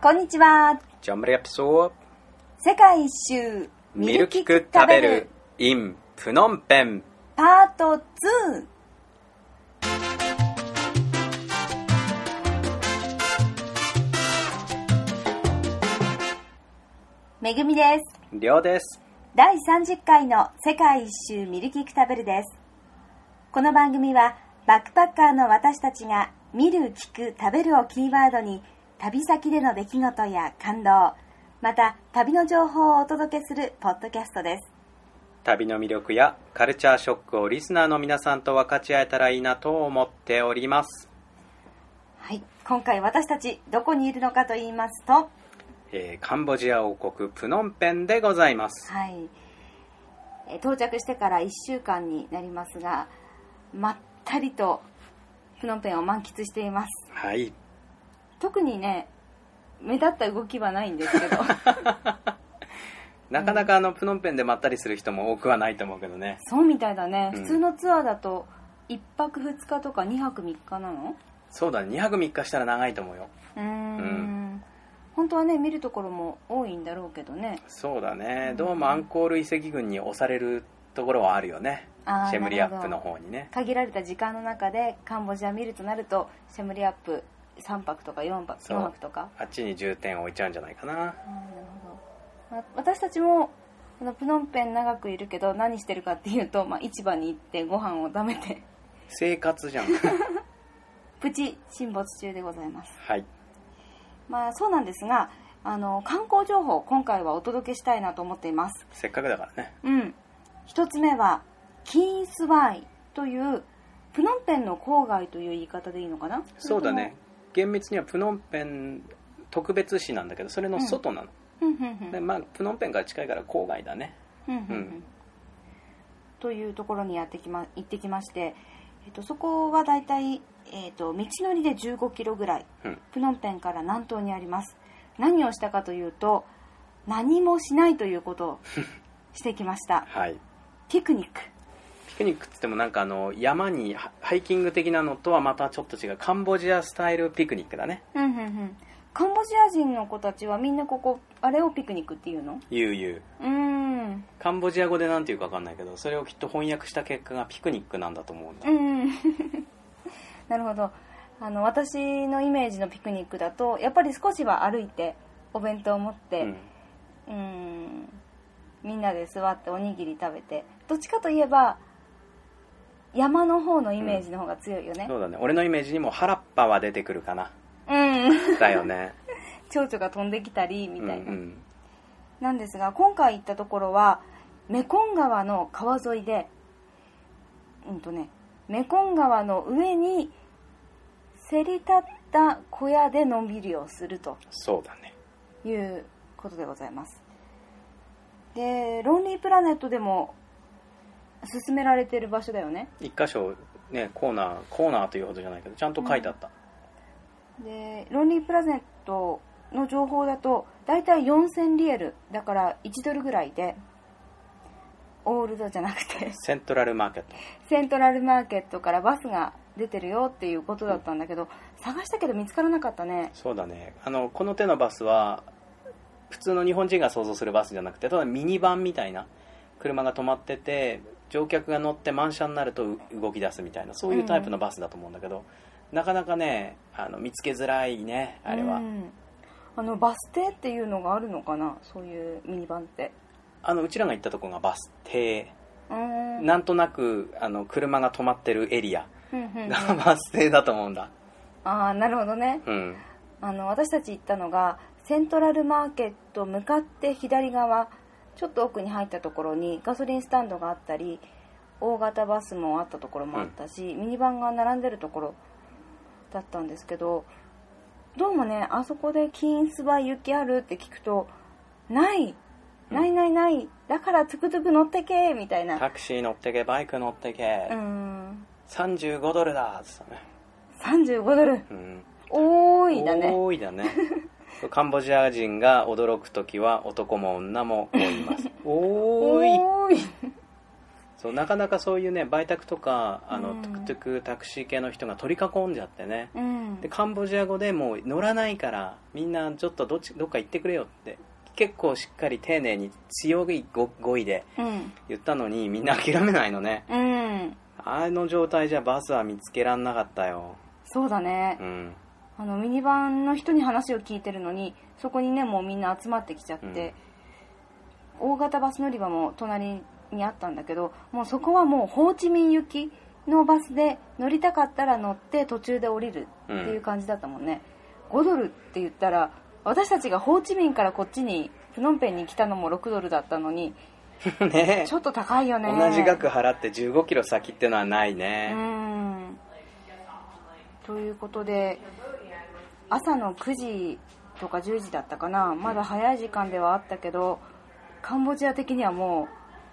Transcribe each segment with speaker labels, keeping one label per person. Speaker 1: こんにちは。
Speaker 2: ジャムレプソー
Speaker 1: 世界一周
Speaker 2: ミルキク食べる in プノンペン
Speaker 1: パート2。めぐみです。
Speaker 2: りょうです
Speaker 1: 第30回の世界一周ミルキク食べるです。この番組はバックパッカーの私たちが見る、聞く、食べるをキーワードに旅先での出来事や感動、また旅の情報をお届けするポッドキャストです。
Speaker 2: 旅の魅力やカルチャーショックをリスナーの皆さんと分かち合えたらいいなと思っております、
Speaker 1: はい、今回私たちどこにいるのかと言いますと、は
Speaker 2: えーカンボジア王国プノンペンでございます
Speaker 1: い、え到着してから1週間になりますが、まったりとプノンペンを満喫しています。
Speaker 2: はい
Speaker 1: 特にね目立った動きはないんです けど
Speaker 2: なかなかあのプノンペンでまったりする人も多くはないと思うけどね
Speaker 1: そうみたいだね、
Speaker 2: うん
Speaker 1: 普通のツアーだと1泊2日とか2泊3日なの
Speaker 2: そうだね2泊3日したら長いと思うよ
Speaker 1: うーん
Speaker 2: うん
Speaker 1: 本当はね見るところも多いんだろうけどね
Speaker 2: そうだね、どうもアンコール遺跡群に押されるところはあるよね
Speaker 1: あー
Speaker 2: シェムリアップ
Speaker 1: な
Speaker 2: の
Speaker 1: るほど
Speaker 2: 方にね
Speaker 1: 限られた時間の中でカンボジア見るとなるとシェムリアップ3泊とか4泊
Speaker 2: そう
Speaker 1: 4泊とか
Speaker 2: あっちに重点を置いちゃうんじゃないかな
Speaker 1: あーなるほどま私たちもあのプノンペン長くいるけど何してるかっていうと、まあ、市場に行ってご飯を食べて
Speaker 2: 生 活じゃん
Speaker 1: プチ沈没中でございます
Speaker 2: はい
Speaker 1: まあそうなんですがあの観光情報を今回はお届けしたいなと思っています
Speaker 2: せっかくだからね
Speaker 1: うん一つ目はキーンスワイというプノンペンの郊外という言い方でいいのかな
Speaker 2: そうだね厳密にはプノンペン特別市なんだけどそれの外なの、
Speaker 1: それともうんうんう
Speaker 2: で
Speaker 1: ん
Speaker 2: まあ、プノンペンから近いから郊外だね
Speaker 1: うんうんう
Speaker 2: うんん
Speaker 1: というところにやってきま行ってきまして、えっと、そこはだいたい、えっと、道のりで1 5キロぐらい
Speaker 2: うん
Speaker 1: プノンペンから南東にあります何をしたかというと何もしないということをしてきました
Speaker 2: はい
Speaker 1: ピクニック
Speaker 2: ピクニックっつってもなんかあの山にハハイキング的なのとはまたちょっと違うカンボジアスタイルピクニックだね
Speaker 1: うんうんうんカンボジア人の子たちはみんなここあれをピクニックっていうの
Speaker 2: ゆうゆう
Speaker 1: うーん
Speaker 2: カンボジア語でなんていうか分かんないけどそれをきっと翻訳した結果がピクニックなんだと思うんだ、
Speaker 1: うん なるほどあの私のイメージのピクニックだとやっぱり少しは歩いてお弁当を持って
Speaker 2: うん
Speaker 1: うーんみんなで座っておにぎり食べてどっちかといえば山の方のイメージの方が強いよね
Speaker 2: そうだね俺のイメージにも原っぱは出てくるかな
Speaker 1: うん、
Speaker 2: だよね
Speaker 1: 蝶々が飛んできたりみたいな、
Speaker 2: うんうん
Speaker 1: なんですが今回行ったところはメコン川の川沿いでうんとねメコン川の上にせり立った小屋でのんびりをすると
Speaker 2: そうだね
Speaker 1: いうことでございますでロンリープラネットでも勧められてる場所だよね
Speaker 2: 一箇所ねコーナーコーナーというほどじゃないけどちゃんと書いてあった、
Speaker 1: でロンリープラネットの情報だとだいたい4000リエルだから1ドルぐらいでオールドじゃなくて
Speaker 2: セントラルマーケット
Speaker 1: セントラルマーケットからバスが出てるよっていうことだったんだけど、探したけど見つからなかったね
Speaker 2: そうだねあのこの手のバスは普通の日本人が想像するバスじゃなくてただミニバンみたいな車が止まってて乗客が乗って満車になるとう動き出すみたいなそういうタイプのバスだと思うんだけど、なかなかねあの見つけづらいねあれは、
Speaker 1: うんあのバス停っていうのがあるのかなそういうミニバンって
Speaker 2: あのうちらが行ったとこがバス停、
Speaker 1: うーん
Speaker 2: なんとなくあの車が止まってるエリア
Speaker 1: うんうんうん
Speaker 2: がバス停だと思うんだ
Speaker 1: ああなるほどね
Speaker 2: うん
Speaker 1: あの私たち行ったのがセントラルマーケット向かって左側ちょっと奥に入ったところにガソリンスタンドがあったり大型バスもあったところもあったし、ミニバンが並んでるところだったんですけどどうもねあそこで「金スバ雪ある?」って聞くと「ない
Speaker 2: うん
Speaker 1: ないないないだからトゥクトゥク乗ってけ」みたいな
Speaker 2: タクシー乗ってけバイク乗ってけ、
Speaker 1: うん
Speaker 2: 35ドルだっつったね
Speaker 1: 35ドル
Speaker 2: うん
Speaker 1: 多いだね
Speaker 2: 多い だねカンボジア人が驚く時は男も女も多 います多い
Speaker 1: 多い
Speaker 2: そうなかなかそういうね売卓とかあの、
Speaker 1: うん
Speaker 2: トゥクトゥクタクシー系の人が取り囲んじゃってね
Speaker 1: うんうん
Speaker 2: でカンボジア語でもう乗らないからみんなちょっとどっちどっか行ってくれよって結構しっかり丁寧に強い語語彙で
Speaker 1: うん
Speaker 2: 言ったのにみんな諦めないのね
Speaker 1: うん
Speaker 2: あの状態じゃバスは見つけらんなかったよ
Speaker 1: そうだね
Speaker 2: う、ん
Speaker 1: あのミニバンの人に話を聞いてるのにそこにねもうみんな集まってきちゃって、大型バス乗り場も隣にあったんだけどもうそこはもうホーチミン行きのバスで乗りたかったら乗って途中で降りるっていう感じだったもんね、5ドルって言ったら私たちがホーチミンからこっちにプノンペンに来たのも6ドルだったのに
Speaker 2: ね
Speaker 1: ちょっと高いよね
Speaker 2: 同じ額払って1 5キロ先ってのはないうね、
Speaker 1: んということで朝の9時とか10時だったかなまだ早い時間ではあったけどカンボジア的にはも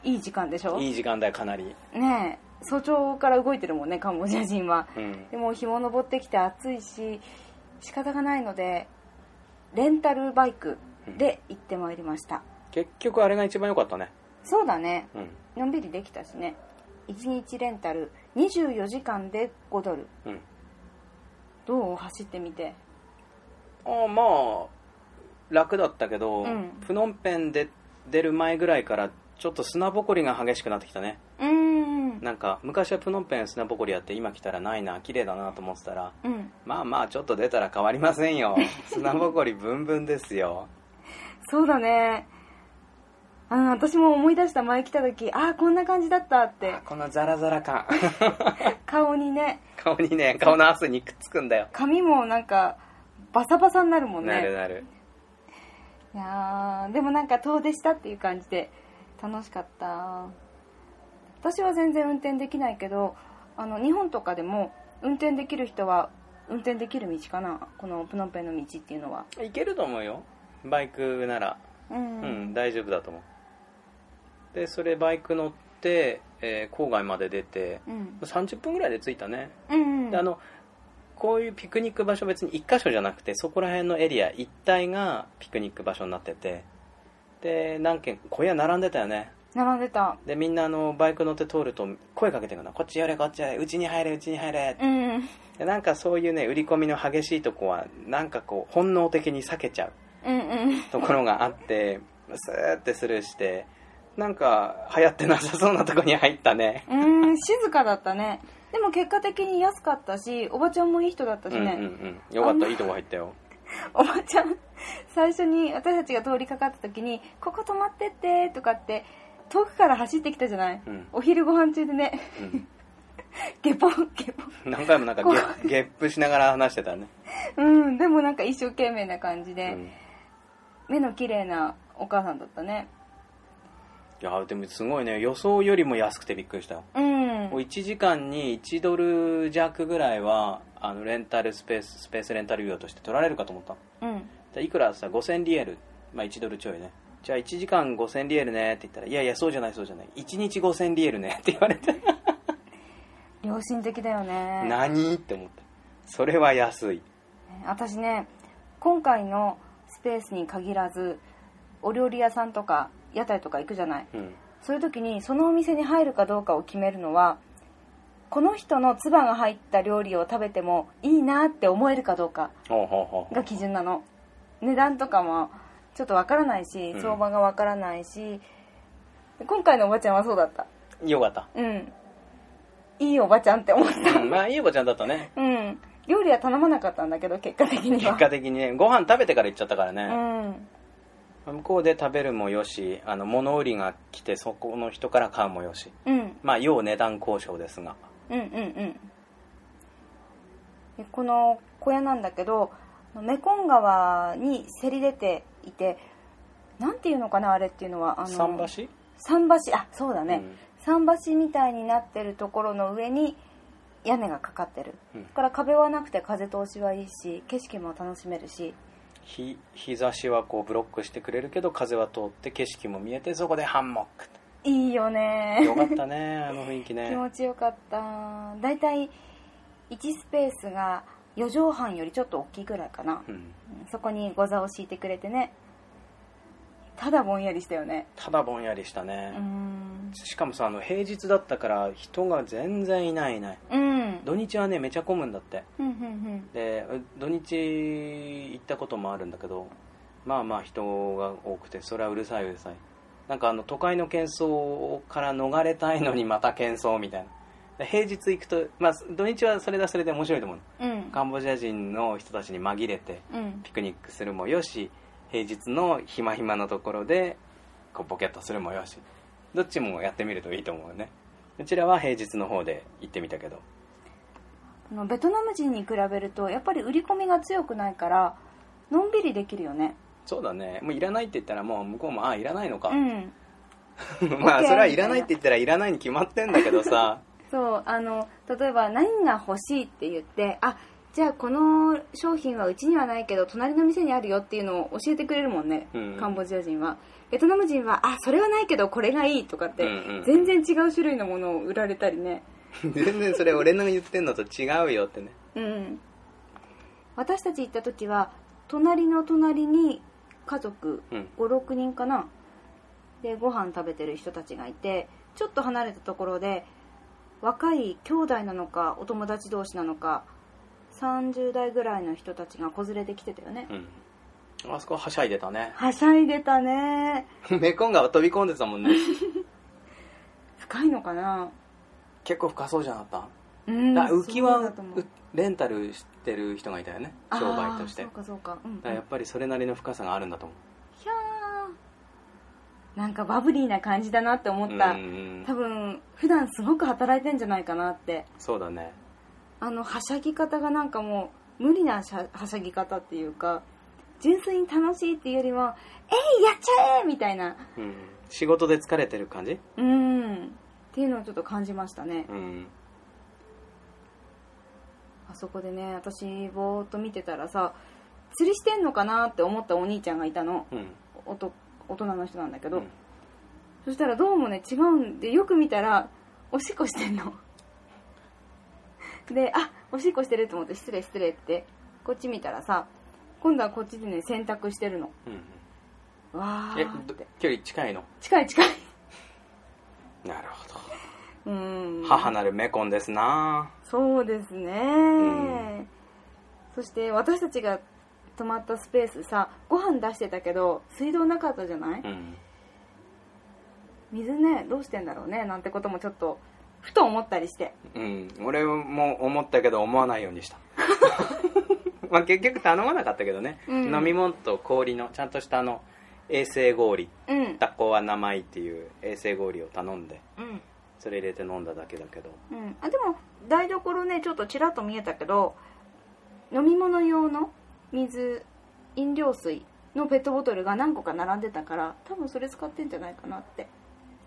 Speaker 1: ういい時間でしょ
Speaker 2: いい時間だよかなり
Speaker 1: ねえ早朝から動いてるもんねカンボジア人は
Speaker 2: うん
Speaker 1: でも日も昇ってきて暑いし仕方がないのでレンタルバイクで行ってまいりました
Speaker 2: 結局あれが一番良かったね
Speaker 1: そうだね
Speaker 2: うん
Speaker 1: のんびりできたしね1日レンタル24時間で5ドル
Speaker 2: うん
Speaker 1: どう走ってみて
Speaker 2: ああまあ楽だったけど、
Speaker 1: うん
Speaker 2: プノンペンで出る前ぐらいからちょっと砂ぼこりが激しくなってきたね
Speaker 1: うーん
Speaker 2: なんか昔はプノンペン砂ぼこりやって今来たらないな綺麗だなと思ってたら
Speaker 1: うん
Speaker 2: まあまあちょっと出たら変わりませ んよ砂ぼこりブンブンですよ
Speaker 1: そうだねあの私も思い出した前来た時ああこんな感じだったって
Speaker 2: あこのザラザラ感
Speaker 1: 顔にね
Speaker 2: 顔にね顔の汗にくっつくんだよ、
Speaker 1: 髪もなんかバサバサになるもん
Speaker 2: なる
Speaker 1: ね
Speaker 2: なる
Speaker 1: いやーでもなんか遠出したっていう感じで楽しかった私は全然運転できないけどあの日本とかでも運転できる人は運転できる道かなこのプノンペンの道っていうのはい
Speaker 2: けると思うよバイクなら
Speaker 1: うん、
Speaker 2: うん、大丈夫だと思うでそれバイク乗って、えー郊外まで出て
Speaker 1: うん
Speaker 2: 30分ぐらいで着いたね、
Speaker 1: うんうん
Speaker 2: であのこういうピクニック場所別に1箇所じゃなくてそこら辺のエリア一帯がピクニック場所になっててで何軒小屋並んでたよね
Speaker 1: 並んでた
Speaker 2: でみんなあのバイク乗って通ると声かけてくるのこっち寄れこっち寄れうちに入れうちに入れ
Speaker 1: うん
Speaker 2: でなんかそういうね売り込みの激しいとこはなんかこう本能的に避けちゃう
Speaker 1: うんうん
Speaker 2: ところがあってスーってスルーしてなんか流行ってなさそうなとこに入ったね
Speaker 1: うーん静かだったねでも結果的に安かったしおばちゃんもいい人だったし
Speaker 2: うんうん
Speaker 1: ね、
Speaker 2: うんよか
Speaker 1: あ
Speaker 2: っ
Speaker 1: ん
Speaker 2: た
Speaker 1: ない
Speaker 2: いとこ入ったよ
Speaker 1: おばちゃん最初に私たちが通りかかった時に「ここ止まってって」とかって遠くから走ってきたじゃない、
Speaker 2: うん
Speaker 1: お昼ご飯中でね
Speaker 2: うん
Speaker 1: ゲポンゲポン
Speaker 2: 何回もなんか
Speaker 1: こ
Speaker 2: ゲゲップしながら話してたね、
Speaker 1: うんでもなんか一生懸命な感じ
Speaker 2: う
Speaker 1: で、
Speaker 2: ん、い
Speaker 1: 目の綺麗なお母さんだったね
Speaker 2: やでもすごいね予想よりも安くてびっくりした
Speaker 1: うん
Speaker 2: もう1時間に1ドル弱ぐらいはあのレンタルスペーススペースレンタル料として取られるかと思ったの
Speaker 1: うん
Speaker 2: でいくらさ5000リエル、まあ、1ドルちょいねじゃあ1時間5000リエルねって言ったらいやいやそうじゃないそうじゃない1日5000リエルねって言われて
Speaker 1: 良心的だよね
Speaker 2: 何って思ったそれは安い
Speaker 1: 私ね今回のスペースに限らずお料理屋さんとか屋台とか行くじゃない
Speaker 2: うん
Speaker 1: そういう時にそのお店に入るかどうかを決めるのはこの人の唾が入った料理を食べてもいいなって思えるかどうか
Speaker 2: ほうほうほう
Speaker 1: が基準なの値段とかもちょっとわからないし
Speaker 2: うん
Speaker 1: 相場がわからないし、今回のおばちゃんはそうだった
Speaker 2: よかった
Speaker 1: うんいいおばちゃんって思った
Speaker 2: うんまあいいおばちゃんだったね
Speaker 1: うん料理は頼まなかったんだけど結果的には
Speaker 2: 結果的にねご飯食べてから行っちゃったからね、
Speaker 1: うん
Speaker 2: 向こうで食べるもよしあの物売りが来てそこの人から買うもよし
Speaker 1: うん
Speaker 2: まあ要値段交渉ですが
Speaker 1: うんうんうんでこの小屋なんだけどメコン川にせり出ていてなんていうのかなあれっていうのはあの
Speaker 2: 桟橋
Speaker 1: 桟橋あそうだね、桟橋みたいになってるところの上に屋根がかかってる、
Speaker 2: うん
Speaker 1: だから壁はなくて風通しはいいし景色も楽しめるし
Speaker 2: 日日差しはこうブロックしてくれるけど風は通って景色も見えてそこでハンモック
Speaker 1: いいよね
Speaker 2: よかった ねあの雰囲気
Speaker 1: 気
Speaker 2: ね
Speaker 1: 持ちよかっただいたい1スペースが4畳半よりちょっと大きいぐらいかな、
Speaker 2: うん
Speaker 1: そこにご座を敷いてくれてねただぼんやりしたよね
Speaker 2: ただぼんやりした
Speaker 1: う
Speaker 2: ね、
Speaker 1: ーん
Speaker 2: しかもさあの平日だったから人が全然いないいない
Speaker 1: うん
Speaker 2: 土日はねめちゃ混むんだって
Speaker 1: うんうん
Speaker 2: で土日行ったこともあるんだけどまあまあ人が多くてそれはうるさいうるさいなんかあの都会の喧騒から逃れたいのにまた喧騒みたいなで平日行くと、まあ、土日はそれだそれで面白いと思うの
Speaker 1: うんうん
Speaker 2: カンボジア人の人たちに紛れて
Speaker 1: うん
Speaker 2: ピクニックするもよし平日のひまひまのところでこうボケっとするもよしどっちもやってみるといいと思うねうちらは平日の方で行ってみたけど
Speaker 1: あのベトナム人に比べるとやっぱり売り込みが強くないからのんびりできるよね
Speaker 2: そうだねもういらないって言ったらもう向こうもああいらないのか、
Speaker 1: うん
Speaker 2: まあ
Speaker 1: OK
Speaker 2: それはいらないって言ったらいらないに決まってんだけどさ
Speaker 1: そうあの例えば何が欲しいって言ってあじゃあこの商品はうちにはないけど隣の店にあるよっていうのを教えてくれるもんね、
Speaker 2: うん
Speaker 1: カンボジア人はベトナム人はあそれはないけどこれがいいとかって、
Speaker 2: うんうん
Speaker 1: 全然違う種類のものを売られたりね
Speaker 2: 全然それ俺の言ってんのと違うよってね
Speaker 1: うん私たち行った時は隣の隣に家族
Speaker 2: うん
Speaker 1: 56人かなでご飯食べてる人たちがいてちょっと離れたところで若い兄弟なのかお友達同士なのか30代ぐらいの人たちが子連れで来てたよね
Speaker 2: うんあそこはしゃいでたね
Speaker 1: はしゃいでたね
Speaker 2: メコン川飛び込んでたもんね
Speaker 1: 深いのかな
Speaker 2: 結構深そうじゃなかった
Speaker 1: うん
Speaker 2: だから浮き
Speaker 1: そう
Speaker 2: 輪
Speaker 1: だと思う
Speaker 2: うレンタルしてる人がいたよね
Speaker 1: あー
Speaker 2: 商売として
Speaker 1: そう
Speaker 2: だか
Speaker 1: かそうかうん、うん、
Speaker 2: らやっぱりそれなりの深さがあるんだと思
Speaker 1: ひゃーなんかバブリーな感じだなって思
Speaker 2: う
Speaker 1: った、
Speaker 2: うんうん
Speaker 1: 多分普段すごく働いてんじゃないかなって
Speaker 2: そうだね
Speaker 1: あのはしゃぎ方がなんかもう無理なしゃはしゃぎ方っていうか純粋に楽しいっていうよりは「えいやっちゃえ!」みたいな
Speaker 2: うん仕事で疲れてる感じ
Speaker 1: うんっていうのをちょっと感じましたね
Speaker 2: うん
Speaker 1: あそこでね私ぼーっと見てたらさ釣りしてんのかなって思ったお兄ちゃんがいたの
Speaker 2: うん
Speaker 1: おと大人の人なんだけ
Speaker 2: う
Speaker 1: ど、
Speaker 2: ん
Speaker 1: そしたらどうもね違うんでよく見たらおしっこしてんのであおしっこしてると思って失礼失礼ってこっち見たらさ今度はこっちでね洗濯してるの
Speaker 2: うん
Speaker 1: わ
Speaker 2: え
Speaker 1: ーっ
Speaker 2: ど
Speaker 1: て
Speaker 2: 距離近いの
Speaker 1: 近い近い
Speaker 2: なるほ
Speaker 1: う
Speaker 2: ど
Speaker 1: ーん
Speaker 2: 母なるメコンですな
Speaker 1: そうですね、
Speaker 2: ん
Speaker 1: そして私たちが泊まったスペースさご飯出してたけど水道なかったじゃない
Speaker 2: うん
Speaker 1: 水ねどうしてんだろうねなんてこともちょっとふと思ったりして
Speaker 2: うん俺も思ったけど思わないようにした まあ結局頼まなかったけどね、
Speaker 1: うん
Speaker 2: 飲み物と氷のちゃんとしたあの衛生氷
Speaker 1: うん
Speaker 2: タコは生いっていう衛生氷を頼んで
Speaker 1: うん
Speaker 2: それ入れて飲んだだけだけど
Speaker 1: うん、あでも台所ねちょっとちらっと見えたけど飲み物用の水飲料水のペットボトルが何個か並んでたから多分それ使ってんじゃないかなって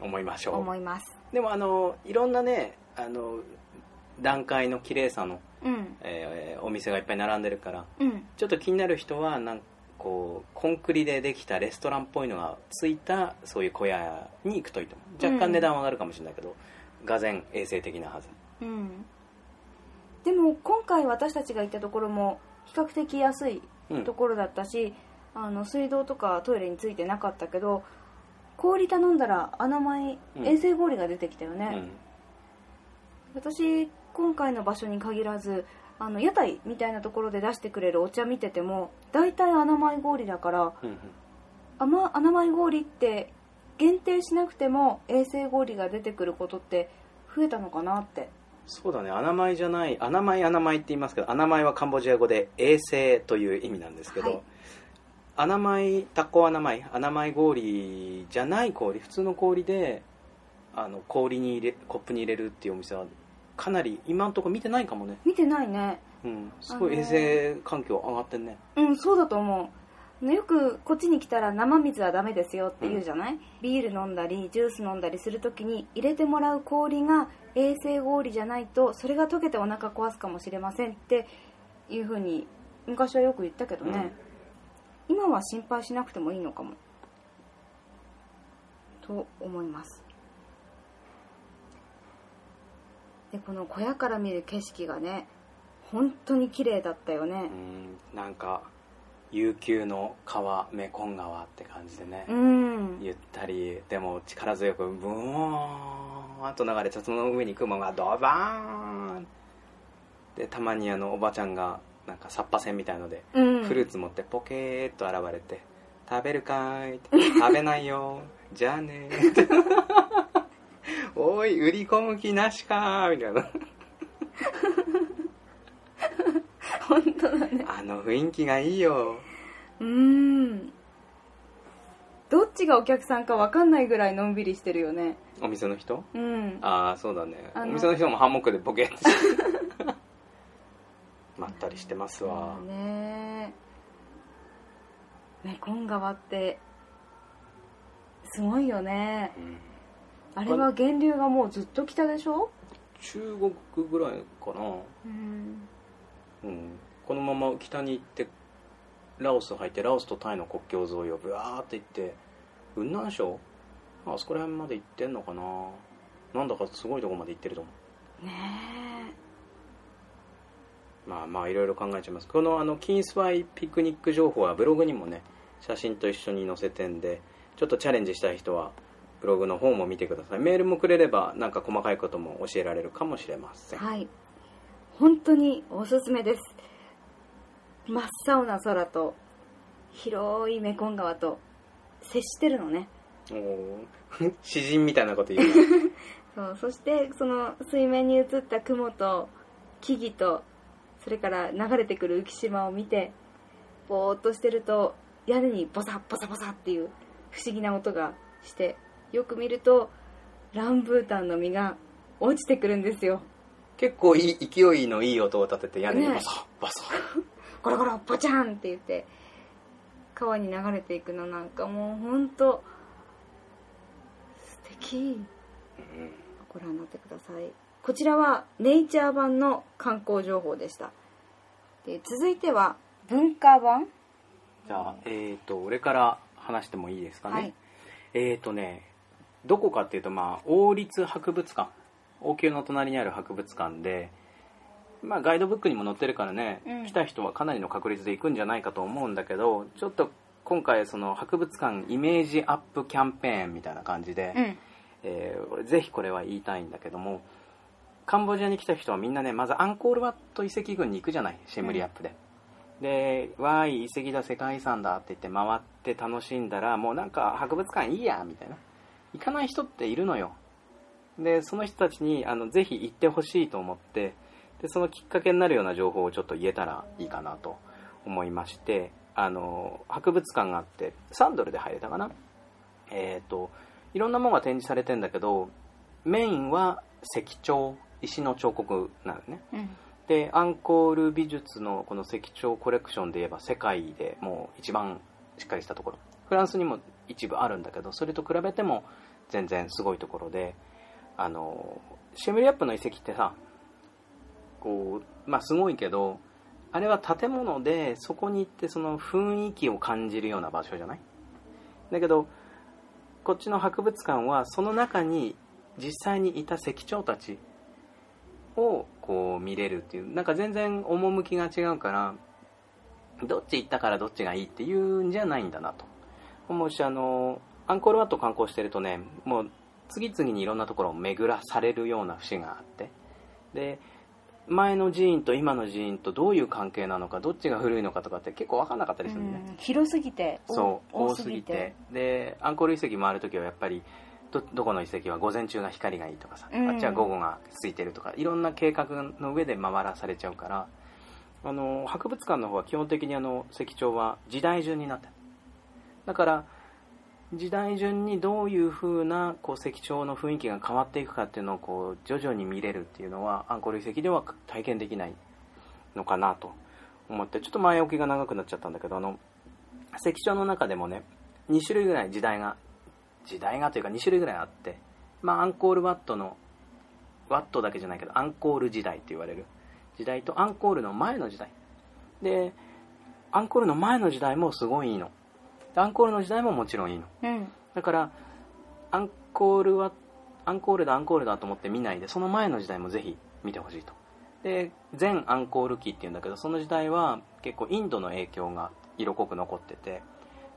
Speaker 2: 思いましょ
Speaker 1: 思います
Speaker 2: うでもあのいろんなねあの段階の綺麗さの、
Speaker 1: うん
Speaker 2: えーお店がいっぱい並んでるから
Speaker 1: うん
Speaker 2: ちょっと気になる人はなんかこうコンクリでできたレストランっぽいのがついたそういう小屋に行くといいと思う
Speaker 1: うん
Speaker 2: 若干値段は上がるかもしれないけど、がぜん衛生的なはず
Speaker 1: うんでも今回私たちが行ったところも比較的安い
Speaker 2: うん
Speaker 1: ところだったし、あの水道とかトイレについてなかったけど氷頼んだら穴前
Speaker 2: うん
Speaker 1: 衛生氷が出てきたよね、
Speaker 2: うん
Speaker 1: 私今回の場所に限らずあの屋台みたいなところで出してくれるお茶見てても大体穴米氷だから
Speaker 2: うんうん
Speaker 1: 甘穴米氷って限定しなくても衛生氷が出てくることって増えたのかなって
Speaker 2: そうだね穴前じゃない穴前穴前って言いますけど穴前はカンボジア語で衛生という意味なんですけど、
Speaker 1: はい
Speaker 2: 穴前タコ穴前穴前氷じゃない氷普通の氷であの氷に入れコップに入れるっていうお店はかなり今のところ見てないかもね、
Speaker 1: 見てないね
Speaker 2: うん、すご
Speaker 1: あの
Speaker 2: い
Speaker 1: ー
Speaker 2: 衛生環境上がってんね、
Speaker 1: うんそうだと思うよくこっちに来たら生水はダメですよって言うじゃない、ビール飲んだりジュース飲んだりするときに入れてもらう氷が衛生氷じゃないとそれが溶けてお腹壊すかもしれませんっていうふうに昔はよく言ったけどね、今は心配しなくてもいいのかもと思いますでこの小屋から見る景色がね本当に綺麗だったよね、
Speaker 2: うん、なんか悠久の川メコン川って感じでね、
Speaker 1: うん
Speaker 2: ゆったりでも力強くブーンと流れてその上に雲がドバーンでたまにあのおばちゃんがなんかサッパ船みたいので
Speaker 1: うん
Speaker 2: フルーツ持ってポケーっと現れて「食べるかーい」って「食べないよーじゃあねー」って 「おい売り込む気なしかー」みたいな
Speaker 1: 本当だね
Speaker 2: 「あの雰囲気がいいよ
Speaker 1: うんどっちがお客さんか分かんないぐらいのんびりしてるよね
Speaker 2: お店の人?」
Speaker 1: うん
Speaker 2: ああそうだねお
Speaker 1: あの
Speaker 2: 店の人もハンモックでボケって まったりしてますわ、
Speaker 1: ねえメコン川ってすごいよね
Speaker 2: うん
Speaker 1: あれは源流がもうずっと北でしょ
Speaker 2: 中国ぐらいかな、
Speaker 1: うん
Speaker 2: うん、このまま北に行ってラオス入ってラオスとタイの国境沿いをブワーって行って雲南省あそこら辺まで行ってんのかななんだかすごいとこまで行ってると思
Speaker 1: ね
Speaker 2: うまあまあいろいろ考えちゃいますこのあのキンスワイピクニック情報はブログにもね写真と一緒に載せてんでちょっとチャレンジしたい人はブログの方も見てくださいメールもくれればなんか細かいことも教えられるかもしれませ
Speaker 1: え
Speaker 2: ん
Speaker 1: はい本当におすすめです真っ青な空と広いメコン川と接してるのね
Speaker 2: おー 詩人みたいなこと言 うな
Speaker 1: そうそしてその水面に映った雲と木々とそれから流れてくる浮島を見てぼーっとしてると屋根にボサッボサボサっていう不思議な音がしてよく見るとランブータンの実が落ちてくるんですよ
Speaker 2: 結構いい勢いのいい音を立てて屋根にバサッバサッ
Speaker 1: ゴロゴロポチャンって言って川に流れていくのなんかもうほんと素敵ご覧になってくださいこちらはネイチャー版の観光情報でしたで続いては文化版
Speaker 2: じゃあえっ、と俺から話してもいいですかね、
Speaker 1: はい
Speaker 2: えっ、とねどこかっていうとまあ王立博物館王宮の隣にある博物館でまあガイドブックにも載ってるからね、
Speaker 1: うん
Speaker 2: 来た人はかなりの確率で行くんじゃないかと思うんだけどちょっと今回その博物館イメージアップキャンペーンみたいな感じで、
Speaker 1: うん
Speaker 2: えー俺ぜひこれは言いたいんだけどもカンボジアに来た人はみんなねまずアンコールワット遺跡群に行くじゃないシェムリアップで、で「わーい遺跡だ世界遺産だ」って言って回って楽しんだらもうなんか博物館いいやみたいな行かない人っているのよでその人たちにあのぜひ行ってほしいと思ってでそのきっかけになるような情報をちょっと言えたらいいかなと思いましてあの博物館があって3ドルで入れたかなえっ、といろんなものが展示されてんだけどメインは石彫石の彫刻なのね
Speaker 1: うん
Speaker 2: でアンコール美術のこの石彫コレクションで言えば世界でもう一番しっかりしたところフランスにも一部あるんだけどそれと比べても全然すごいところであのシェムリアップの遺跡ってさこうまあすごいけどあれは建物でそこに行ってその雰囲気を感じるような場所じゃないだけどこっちの博物館はその中に実際にいた石彫たちをこう見れるっていうなんか全然趣が違うからどっち行ったからどっちがいいっていうんじゃないんだなと思うしあのアンコールワット観光してるとねもう次々にいろんなところを巡らされるような節があってで前の寺院と今の寺院とどういう関係なのかどっちが古いのかとかって結構分かんなかったりするんだよね、
Speaker 1: 広すぎて
Speaker 2: そう
Speaker 1: お
Speaker 2: 多すぎてでアンコール遺跡回るときはやっぱりどどこの遺跡は午前中が光がいいとかさ、
Speaker 1: うん
Speaker 2: あっちは午後が空いてるとかいろんな計画の上で回らされちゃうからあの博物館の方は基本的にあの石彫は時代順になってるだから時代順にどういう風なこう石彫の雰囲気が変わっていくかっていうのをこう徐々に見れるっていうのはアンコール遺跡では体験できないのかなと思ってちょっと前置きが長くなっちゃったんだけどあの石彫の中でもね2種類ぐらい時代が時代がというか2種類ぐらいあって、まあ、アンコールワットのワットだけじゃないけどアンコール時代って言われる時代とアンコールの前の時代でアンコールの前の時代もすごいいいのでアンコールの時代ももちろんいいの
Speaker 1: うん
Speaker 2: だからアンコールはアンコールだアンコールだと思って見ないでその前の時代もぜひ見てほしいとで前アンコール期っていうんだけどその時代は結構インドの影響が色濃く残ってて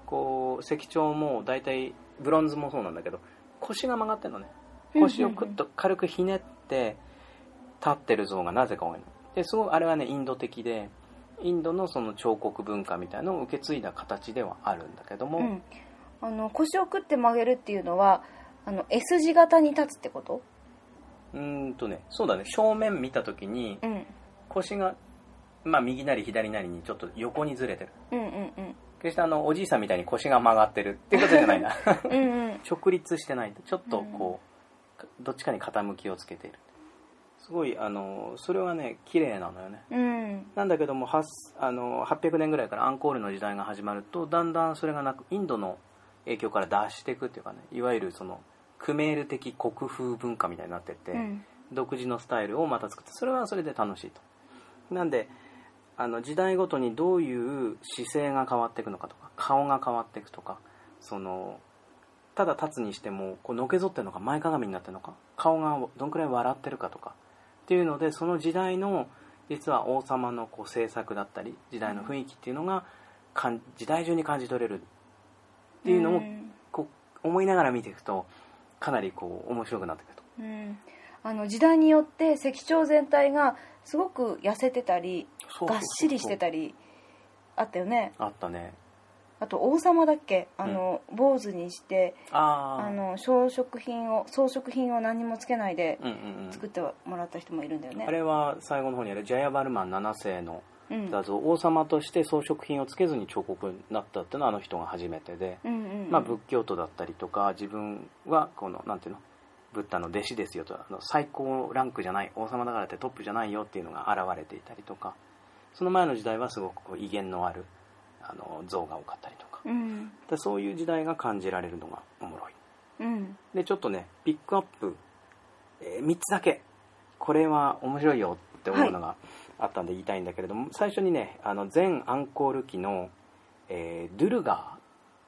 Speaker 2: こう石彫も大体ブロンズもそうなんだけど腰が曲がってるのね腰をクッと軽くひねって立ってる像がなぜか多いのですごいあれはねインド的でインドのその彫刻文化みたいのを受け継いだ形ではあるんだけども、
Speaker 1: うん、あの腰をくって曲げるっていうのはあの S 字型に立つってこと
Speaker 2: うーんとねそうだね正面見た時に
Speaker 1: うん
Speaker 2: 腰が、まあ、右なり左なりにちょっと横にずれてる
Speaker 1: うんうんうん
Speaker 2: 決してあのおじいさんみたいに腰が曲がってるってことじゃないな
Speaker 1: うんうん
Speaker 2: 直立してないちょっとこう、かどっちかに傾きをつけているすごいあのそれはね綺麗なのよね
Speaker 1: うん
Speaker 2: なんだけどもはっあの800年ぐらいからアンコールの時代が始まるとだんだんそれがなくインドの影響から脱していくっていうかねいわゆるそのクメール的国風文化みたいになってって、
Speaker 1: うん
Speaker 2: 独自のスタイルをまた作ってそれはそれで楽しいとなんであの時代ごとにどういう姿勢が変わっていくのかとか顔が変わっていくとかそのただ立つにしてもこうのけぞってるのか前かがみになってるのか顔がどんくらい笑ってるかとかっていうのでその時代の実は王様のこう政策だったり時代の雰囲気っていうのがかん時代中に感じ取れるっていうのを
Speaker 1: ん
Speaker 2: こう思いながら見ていくとかなりこう面白くなってくると。
Speaker 1: うんあの時代によって石彫全体がすごく痩せてたり
Speaker 2: そうそうそうそう
Speaker 1: がっしりしてたりあったよね
Speaker 2: あったね
Speaker 1: あと王様だっけあの、坊主にして
Speaker 2: あー
Speaker 1: あの装飾品を装飾品を何もつけないで
Speaker 2: うんうん
Speaker 1: 作ってもらった人もいるんだよ
Speaker 2: う
Speaker 1: ね
Speaker 2: ん、あれは最後の方にあるジャヤバルマン7世の
Speaker 1: うん
Speaker 2: だ像王様として装飾品をつけずに彫刻になったっていうのはあの人が初めてで、
Speaker 1: うんうんうん
Speaker 2: まあ、仏教徒だったりとか自分はこのなんていうのブッダの弟子ですよとあの最高ランクじゃない王様だからってトップじゃないよっていうのが現れていたりとかその前の時代はすごくこう威厳のあるあの像が多かったりとか
Speaker 1: うん
Speaker 2: でそういう時代が感じられるのがおもろい。
Speaker 1: うん
Speaker 2: でちょっとねピックアップ、え3つだけこれは面白いよって思うのがあったんで言いたいんだけれども、最初にねあの前アンコール期の、えードゥルガ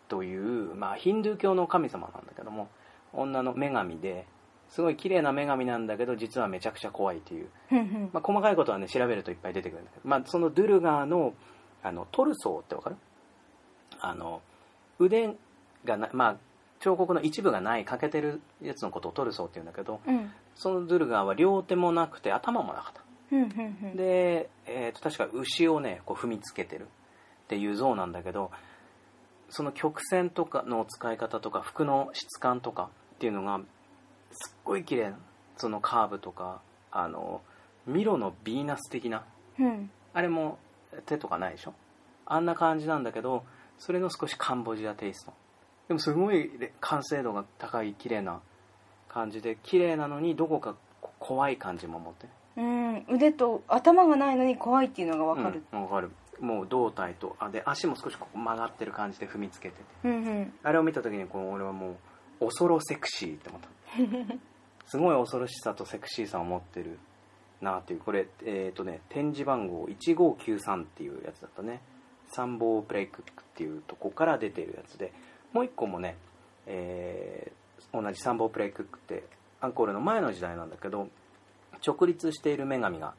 Speaker 2: ーという、まあ、ヒンドゥー教の神様なんだけども女の女神ですごい綺麗な女神なんだけど実はめちゃくちゃ怖いという、
Speaker 1: ふんふん
Speaker 2: まあ、細かいことはね調べるといっぱい出てくるんだけど、まあ、そのドゥルガーのあのトルソーってわかるあの腕がな、まあ、彫刻の一部がない欠けてるやつのことをトルソーって言うんだけど
Speaker 1: うん
Speaker 2: そのドゥルガーは両手もなくて頭もなかった
Speaker 1: ふんふんふん
Speaker 2: で、えーと確か牛をねこう踏みつけてるっていう像なんだけどその曲線とかの使い方とか服の質感とかっていうのがすっごい綺麗なそのカーブとかあのミロのヴィーナス的な
Speaker 1: うん
Speaker 2: あれも手とかないでしょあんな感じなんだけどそれの少しカンボジアテイストでもすごいれ完成度が高い綺麗な感じで綺麗なのにどこかこ怖い感じも持ってる
Speaker 1: うん腕と頭がないのに怖いっていうのがわかる、
Speaker 2: うん、わかるもう胴体とあで足も少しここ曲がってる感じで踏みつけてて
Speaker 1: うんうん、
Speaker 2: あれを見た時にこう俺はもう恐ろセクシーって思った すごい恐ろしさとセクシーさを持ってるなっていうこれえっ、とね展示番号1593っていうやつだったねサンボーブレイクっていうとこから出てるやつでもう一個もね、えー同じサンボープレイクックってアンコールの前の時代なんだけど直立している女神が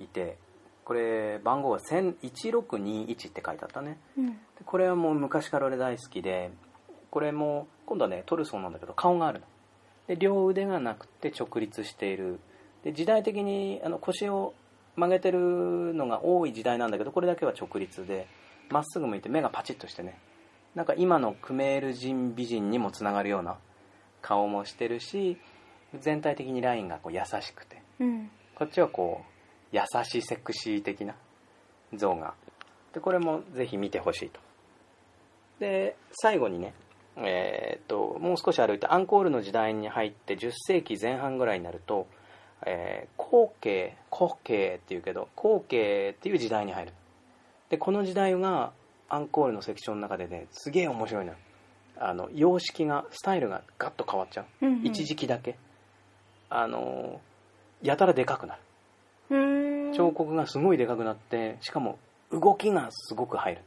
Speaker 2: いてこれ番号は1621って書いてあったね
Speaker 1: うん
Speaker 2: でこれはもう昔から俺大好きでこれも今度はねトルソーなんだけど顔があるので両腕がなくて直立しているで時代的にあの腰を曲げてるのが多い時代なんだけどこれだけは直立でまっすぐ向いて目がパチッとしてねなんか今のクメール人美人にもつながるような顔もしてるし全体的にラインがこう優しくて
Speaker 1: うん
Speaker 2: こっちはこう優しいセクシー的な像がでこれもぜひ見てほしいとで最後にねえーっともう少し歩いてアンコールの時代に入って10世紀前半ぐらいになると、えー後継後継っていうけど後継っていう時代に入るでこの時代がアンコールのセクションの中でねすげえ面白いのよあの様式がスタイルがガッと変わっちゃう
Speaker 1: うんうん
Speaker 2: 一時期だけあのやたらでかくなる
Speaker 1: うーん
Speaker 2: 彫刻がすごいでかくなってしかも動きがすごく入る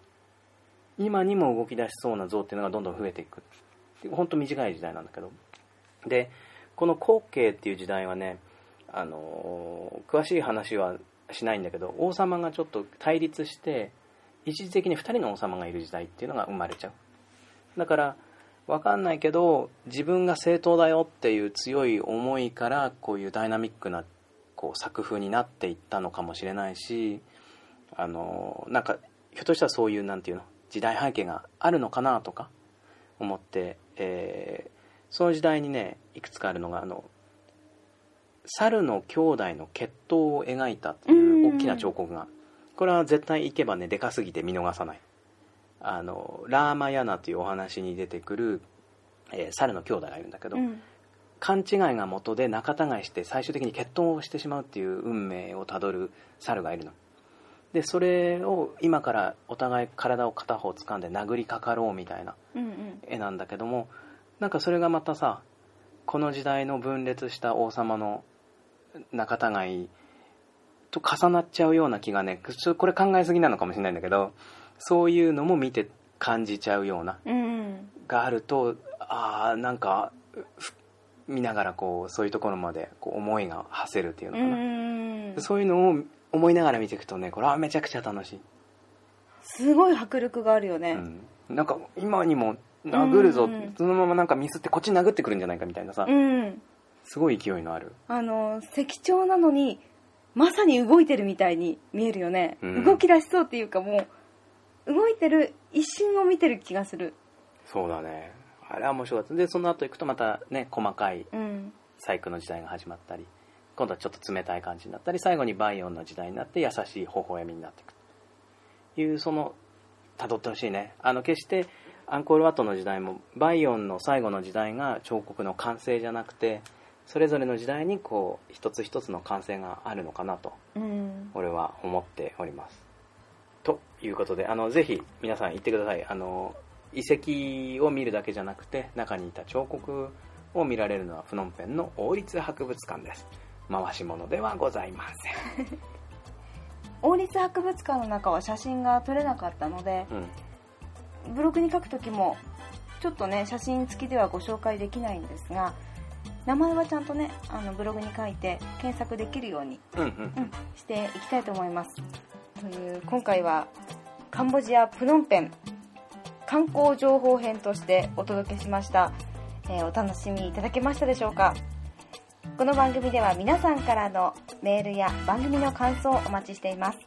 Speaker 2: 今にも動き出しそうな像っていうのがどんどん増えていくほんと短い時代なんだけどでこの後継っていう時代はねあのー詳しい話はしないんだけど王様がちょっと対立して一時的に2人の王様がいる時代っていうのが生まれちゃうだから分かんないけど自分が正当だよっていう強い思いからこういうダイナミックなこう作風になっていったのかもしれないしあのなんかひょっとしたらそういうなんていうの時代背景があるのかなとか思って、えーその時代にねいくつかあるのがあの猿の兄弟の血統を描いたっていう大きな彫刻がこれは絶対行けばねでかすぎて見逃さないあのラーマヤナというお話に出てくる、えー猿の兄弟がいるんだけど、
Speaker 1: うん
Speaker 2: 勘違いが元で仲違いして最終的に決闘をしてしまうっていう運命をたどる猿がいるのでそれを今からお互い体を片方掴んで殴りかかろうみたいな
Speaker 1: うんうん
Speaker 2: 絵なんだけどもなんかそれがまたさこの時代の分裂した王様の仲違いと重なっちゃうような気がねちょこれ考えすぎなのかもしれないんだけどそういうのも見て感じちゃうような
Speaker 1: うん
Speaker 2: があるとああなんかふ見ながらこうそういうところまでこう思いが馳せるっていうの
Speaker 1: う
Speaker 2: かな、
Speaker 1: んうん
Speaker 2: そういうのを思いながら見ていくとねこれはめちゃくちゃ楽しい、
Speaker 1: すごい迫力があるよね、
Speaker 2: うん、なんか今にも殴るぞ、
Speaker 1: うん
Speaker 2: そのままなんかミスってこっちに殴ってくるんじゃないかみたいなさ、
Speaker 1: うん、
Speaker 2: すごい勢いのある
Speaker 1: あの石彫なのにまさに動いてるみたいに見えるよね、
Speaker 2: うん
Speaker 1: 動き出しそうっていうかもう動いてる一瞬を見てる気がする
Speaker 2: そうだねあれは面白かったでその後行くとまたね細かい
Speaker 1: うん
Speaker 2: 細工の時代が始まったり今度はちょっと冷たい感じになったり最後にバイオンの時代になって優しい微笑みになっていくというその辿ってほしいねあの決してアンコールワットの時代もバイオンの最後の時代が彫刻の完成じゃなくてそれぞれの時代にこう一つ一つの完成があるのかなと
Speaker 1: うん
Speaker 2: 俺は思っておりますということであのぜひ皆さん行ってくださいあの遺跡を見るだけじゃなくて中にいた彫刻を見られるのはフノンペンの王立博物館です回し物ではございませ
Speaker 1: 王立博物館の中は写真が撮れなかったので
Speaker 2: ん、うん、
Speaker 1: ブログに書く時もちょっとね写真付きではご紹介できないんですが名前はちゃんとねあのブログに書いて検索できるように
Speaker 2: うんうん
Speaker 1: うん、していきたいと思いますという今回はカンボジアプノンペン観光情報編としてお届けしました、えーお楽しみいただけましたでしょうかこの番組では皆さんからのメールや番組の感想をお待ちしています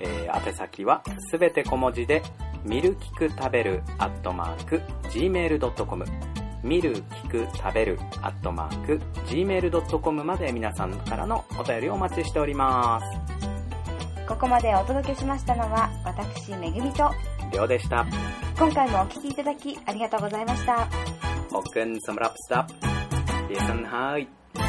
Speaker 2: えー宛先はすべて小文字で「ミルキク食べる」「アットマーク」「gmail.com」「ミルキク食べる」「アットマーク」「gmail.com」まで皆さんからのお便りをお待ちしております
Speaker 1: ここまでお届けしましたのは私めぐみと
Speaker 2: りょうでした。
Speaker 1: 今回もお聞きいただきありがとうございました
Speaker 2: Och en som rapsar. Det är en haj.